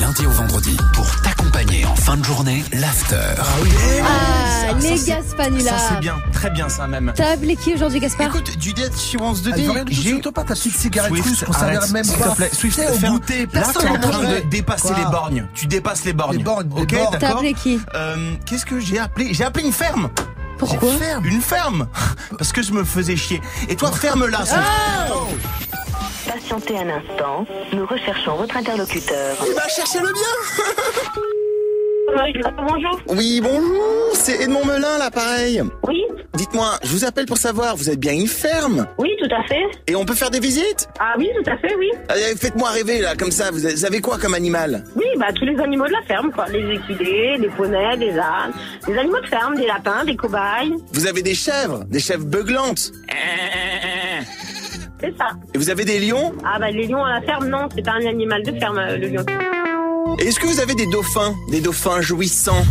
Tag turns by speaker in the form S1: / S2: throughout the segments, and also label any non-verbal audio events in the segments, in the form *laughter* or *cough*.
S1: lundi au vendredi pour t'accompagner en fin de journée l'after.
S2: Ah,
S3: Ça,
S2: les
S3: c'est-
S2: Gaspanula.
S3: Ça, c'est bien, très bien ça même.
S2: T'as appelé qui aujourd'hui, Gaspard
S4: Écoute, du Dead She Wants the
S3: Elle veut
S4: Day.
S3: rien du tout,
S4: J'ai
S3: Swift.
S4: toi pas ta petite cigarette
S3: Swift,
S4: rouge qu'on s'avère
S3: arrête,
S4: même
S3: s'il
S4: pas.
S3: te plaît. Swift,
S4: Tu sais, au
S3: ferme.
S4: goûter,
S3: Là, t'es
S4: personne
S3: en
S4: n'en
S3: train de
S4: mangerait.
S3: dépasser
S4: Quoi
S3: les borgnes. Tu dépasses les borgnes.
S4: Les bornes, les
S3: ok,
S4: bornes.
S2: T'as
S3: d'accord.
S2: appelé qui
S3: Euh, Qu'est-ce que j'ai appelé J'ai appelé une ferme.
S2: Pourquoi
S4: Une ferme.
S3: Une ferme *laughs* Parce que je me faisais chier. Et toi, ferme-la. Swift.
S2: Ah
S5: Patientez un instant, nous recherchons votre interlocuteur.
S4: Il va chercher le bien.
S6: Euh, Bonjour.
S4: Oui, bonjour, c'est Edmond Melin l'appareil.
S6: Oui,
S4: Dites-moi, je vous appelle pour savoir, vous êtes bien une ferme
S6: oui, tout à fait.
S4: et on peut faire des visites
S6: Ah oui, tout à fait, oui.
S4: Allez, Faites-moi rêver là, comme ça, vous avez vous avez quoi comme animal
S6: Oui, bah tous les animaux de la ferme, quoi. Les équidés, les poneys, les ânes, les animaux de ferme, des lapins, des cobayes.
S4: Vous avez des chèvres, des chèvres beuglantes,
S6: C'est ça.
S4: et vous avez des lions
S6: Ah bah les lions à la ferme, non, c'est pas un animal de ferme, euh, le lion.
S4: Et Est-ce que vous avez des dauphins Des dauphins jouissants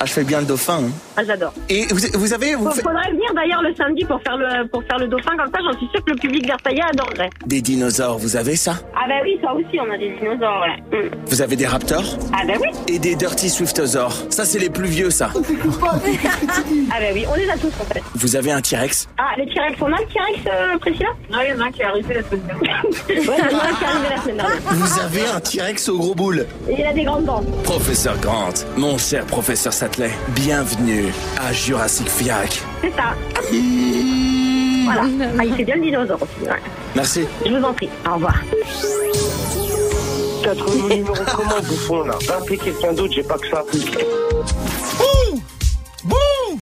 S4: Ah, je fais bien le dauphin. hein.
S6: Ah j'adore.
S4: Et vous, vous avez vous
S6: Faut-
S4: faites
S6: Faudrait venir d'ailleurs le samedi pour faire le pour faire le dauphin comme ça, j'en suis sûre que le public versaillais adorerait.
S4: des dinosaures, vous avez ça
S6: Ah bah oui, ça aussi, on a des dinosaures, ouais. Mm.
S4: Vous avez des raptors
S6: Ah bah oui,
S4: Et des dirty swiftosaures. Ça, c'est les plus vieux, ça.
S6: ah bah oui, on les a tous en fait.
S4: Vous avez un T-Rex
S6: Ah, les T-Rex, on a le T-Rex, euh, Priscilla Non, il y en a un qui est arrivé la semaine dernière. *laughs* ouais, il y en a un qui est arrivé la semaine dernière.
S4: Vous avez un T-Rex au gros boule
S6: Et il a des grandes dents.
S4: Professeur Grant, mon cher professeur Sattler, bienvenue à Jurassic Fiac.
S6: C'est ça. Voilà. Ah, il fait bien le dinosaure aussi. ouais.
S4: Merci.
S6: Je vous en prie. Au revoir.
S7: T'as trouvé mon numéro comment, bouffon, là Va appeler quelqu'un d'autre, j'ai pas que ça.